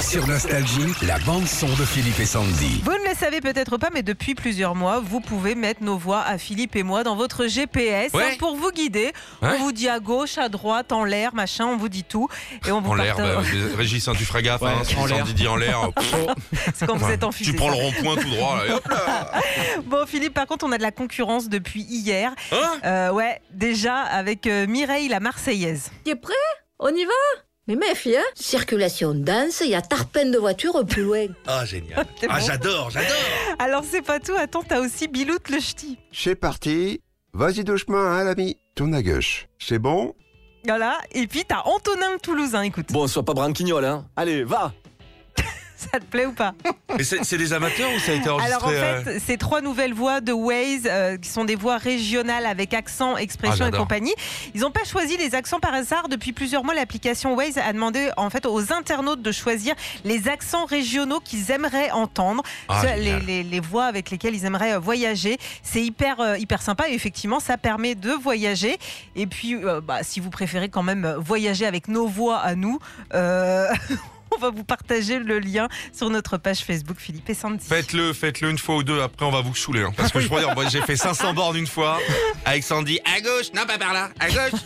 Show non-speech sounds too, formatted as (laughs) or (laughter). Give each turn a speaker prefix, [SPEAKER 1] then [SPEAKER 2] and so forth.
[SPEAKER 1] Sur Nostalgie, la bande-son de Philippe et Sandy.
[SPEAKER 2] Vous ne le savez peut-être pas, mais depuis plusieurs mois, vous pouvez mettre nos voix à Philippe et moi dans votre GPS hein,
[SPEAKER 3] Ouais.
[SPEAKER 2] pour vous guider.
[SPEAKER 3] Ouais.
[SPEAKER 2] On vous dit à gauche, à droite, en l'air, machin, on vous dit tout. Et on vous
[SPEAKER 3] En l'air,
[SPEAKER 2] partage-
[SPEAKER 3] bah, Régis, hein, tu feras gaffe, hein,
[SPEAKER 4] Ouais,
[SPEAKER 3] si
[SPEAKER 4] en l'air.
[SPEAKER 3] Sandy dit en l'air, pff,
[SPEAKER 2] (laughs) C'est quand vous êtes en fusée.
[SPEAKER 3] tu prends le rond-point tout droit, là, et hop là.
[SPEAKER 2] Bon, Philippe, par contre, on a de la concurrence depuis hier.
[SPEAKER 3] Hein
[SPEAKER 2] Euh, ouais, déjà avec euh, Mireille, la Marseillaise.
[SPEAKER 5] T'es prêt On y va Mais méfie, hein Circulation dense, il y a tarpin de voiture plus loin.
[SPEAKER 6] Ah, génial.
[SPEAKER 2] C'est
[SPEAKER 6] Ah,
[SPEAKER 2] bon.
[SPEAKER 6] j'adore, j'adore.
[SPEAKER 2] Alors, c'est pas tout. Attends, t'as aussi Biloute le ch'ti.
[SPEAKER 7] C'est parti. Vas-y de chemin, hein, l'ami. Tourne à gauche. C'est bon
[SPEAKER 2] Voilà. Et puis, t'as Antonin le Toulousain. Écoute,
[SPEAKER 4] Bon, sois pas branquignol, hein. Allez, va
[SPEAKER 2] (laughs) ça te plaît ou pas
[SPEAKER 3] Mais c'est c'est des amateurs ou ça a été enregistré
[SPEAKER 2] Alors en
[SPEAKER 3] euh,
[SPEAKER 2] fait, c'est trois nouvelles voix de Waze euh, qui sont des voix régionales avec accent, expression
[SPEAKER 3] Ah,
[SPEAKER 2] et
[SPEAKER 3] j'adore.
[SPEAKER 2] compagnie. Ils n'ont pas choisi les accents par hasard. Depuis plusieurs mois, l'application Waze a demandé en fait aux internautes de choisir les accents régionaux qu'ils aimeraient entendre,
[SPEAKER 3] Ah,
[SPEAKER 2] ceux- les,
[SPEAKER 3] génial.
[SPEAKER 2] les- les voix avec lesquelles ils aimeraient euh, voyager. C'est hyper euh, hyper sympa et effectivement, ça permet de voyager. Et puis, euh, bah, si vous préférez quand même euh, voyager avec nos voix à nous. euh, (laughs) On va vous partager le lien sur notre page Facebook Philippe et Sandy.
[SPEAKER 3] Faites-le, faites-le une fois ou deux, après on va vous saouler. hein, parce que je crois dire, moi, j'ai fait 500 bornes une fois, avec Sandy, à gauche, non pas par là, à gauche.